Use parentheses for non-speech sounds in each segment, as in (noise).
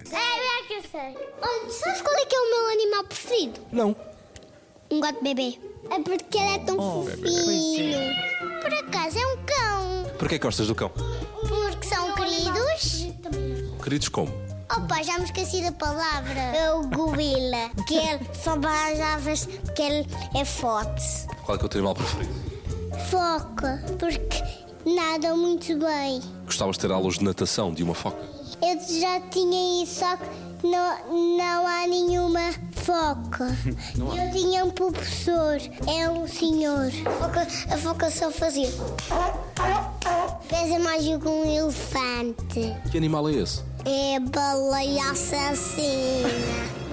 é sei. Olha, sabes qual é que é o meu animal preferido? Não. Um gato bebê. É porque ele é tão fofinho. Por acaso é um cão. Porquê que gostas do cão? Porque são queridos. Queridos como? Opa, já me esqueci da palavra. É o gorila. que ele só barrajavas porque ele é forte. Qual é que é o teu animal preferido? Foca, porque nada muito bem. Gostavas de ter aulas de natação de uma foca? Eu já tinha isso, só que não, não há nenhuma foca. Eu tinha um professor, é um senhor. A foca, a foca só fazia. Pesa mais do que um elefante. Que animal é esse? É baleia assassina.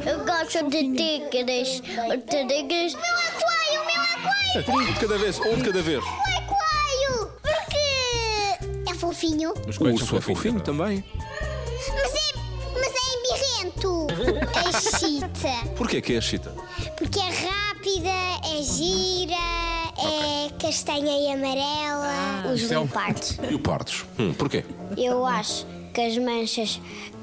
Eu gosto de tigres. Tigres. O meu aquário, o meu aquário! Um de cada vez, um de cada vez. O aquário! Porque é fofinho. Os O coelhos urso são é fofinho também. Mas é, mas é embirrento. É chita. Porquê que é a chita? Porque é rápida, é gira, é castanha e amarela. Os isso é um- leopardos. E o pardos? Hum, porquê? Eu acho que as manchas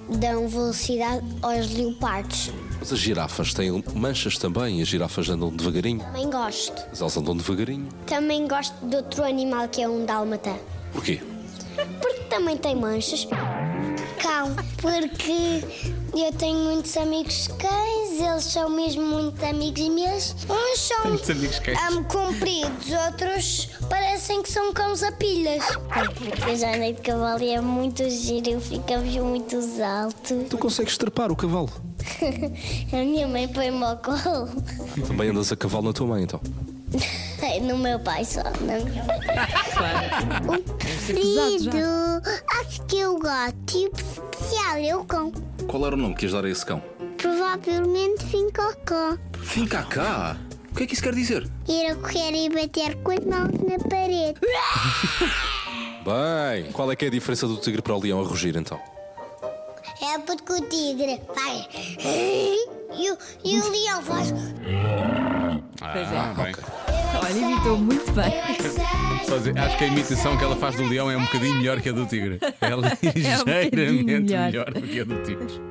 dão velocidade aos leopardos. Mas as girafas têm manchas também, as girafas andam devagarinho. Também gosto. Mas elas andam devagarinho. Também gosto de outro animal que é um dálmata. Porquê? Porque também tem manchas. Cão, porque eu tenho muitos amigos cães, eles são mesmo muito amigos meus. Uns são muitos amigos cães. hum, compridos, outros parecem que são cães a pilhas. Eu já andei de cavalo e é muito giro, eu ficamos muito alto. (laughs) Tu consegues trepar o cavalo. A minha mãe põe-me ao colo. Também andas a cavalo na tua mãe, então. No meu pai só, na minha mãe. (laughs) O pesado já. acho que eu gosto. especial é o cão. Qual era o nome que ias dar a esse cão? Provavelmente vim cocó. Fica cá! O que é que isso quer dizer? Ir a correr e bater com as mãos na parede. Bem, qual é que é a diferença do tigre para o leão a rugir, então? É porque o tigre faz. E o, e o leão faz. Pois é. Ah, bem. Olha, imitou muito bem. Só dizer, acho que a imitação que ela faz do leão é um bocadinho melhor que a do tigre. Ela é bocadinho (laughs) ligeiramente melhor. melhor do que a do tigre.